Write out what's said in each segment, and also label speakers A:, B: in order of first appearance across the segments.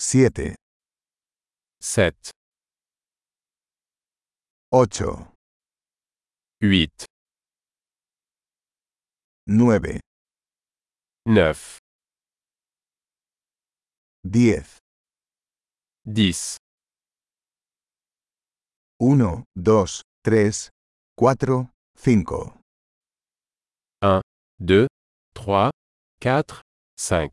A: 7,
B: 7,
A: 8,
B: 8,
A: 9,
B: 9,
A: 10,
B: 10,
A: 1, 2, 3, 4, 5,
B: 2, 3, 4, 5.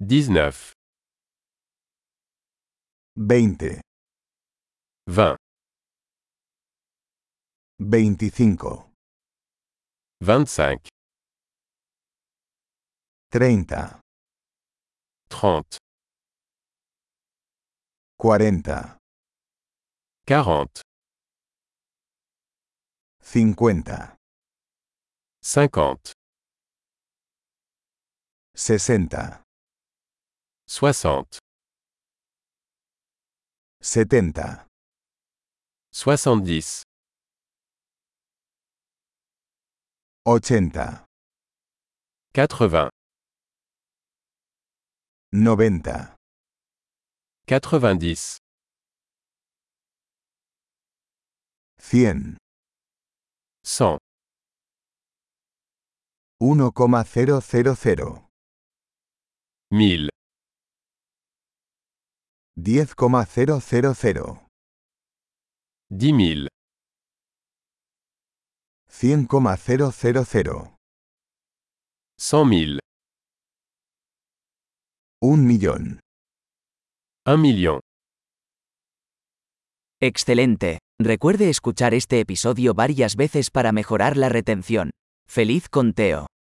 B: 19,
A: 20,
B: 20,
A: 25,
B: 25,
A: 30,
B: 30,
A: 40,
B: 40,
A: 50,
B: 50,
A: 60,
B: 60,
A: 70,
B: 70,
A: 80,
B: 80,
A: 90,
B: 90,
A: 100,
B: 100,
A: 1,000,
B: 1000,
A: 10,000,
B: 10 000,
A: 100,000,
B: 100 000,
A: 1 millón.
B: 1 million.
C: Excelente. Recuerde escuchar este episodio varias veces para mejorar la retención. ¡Feliz conteo!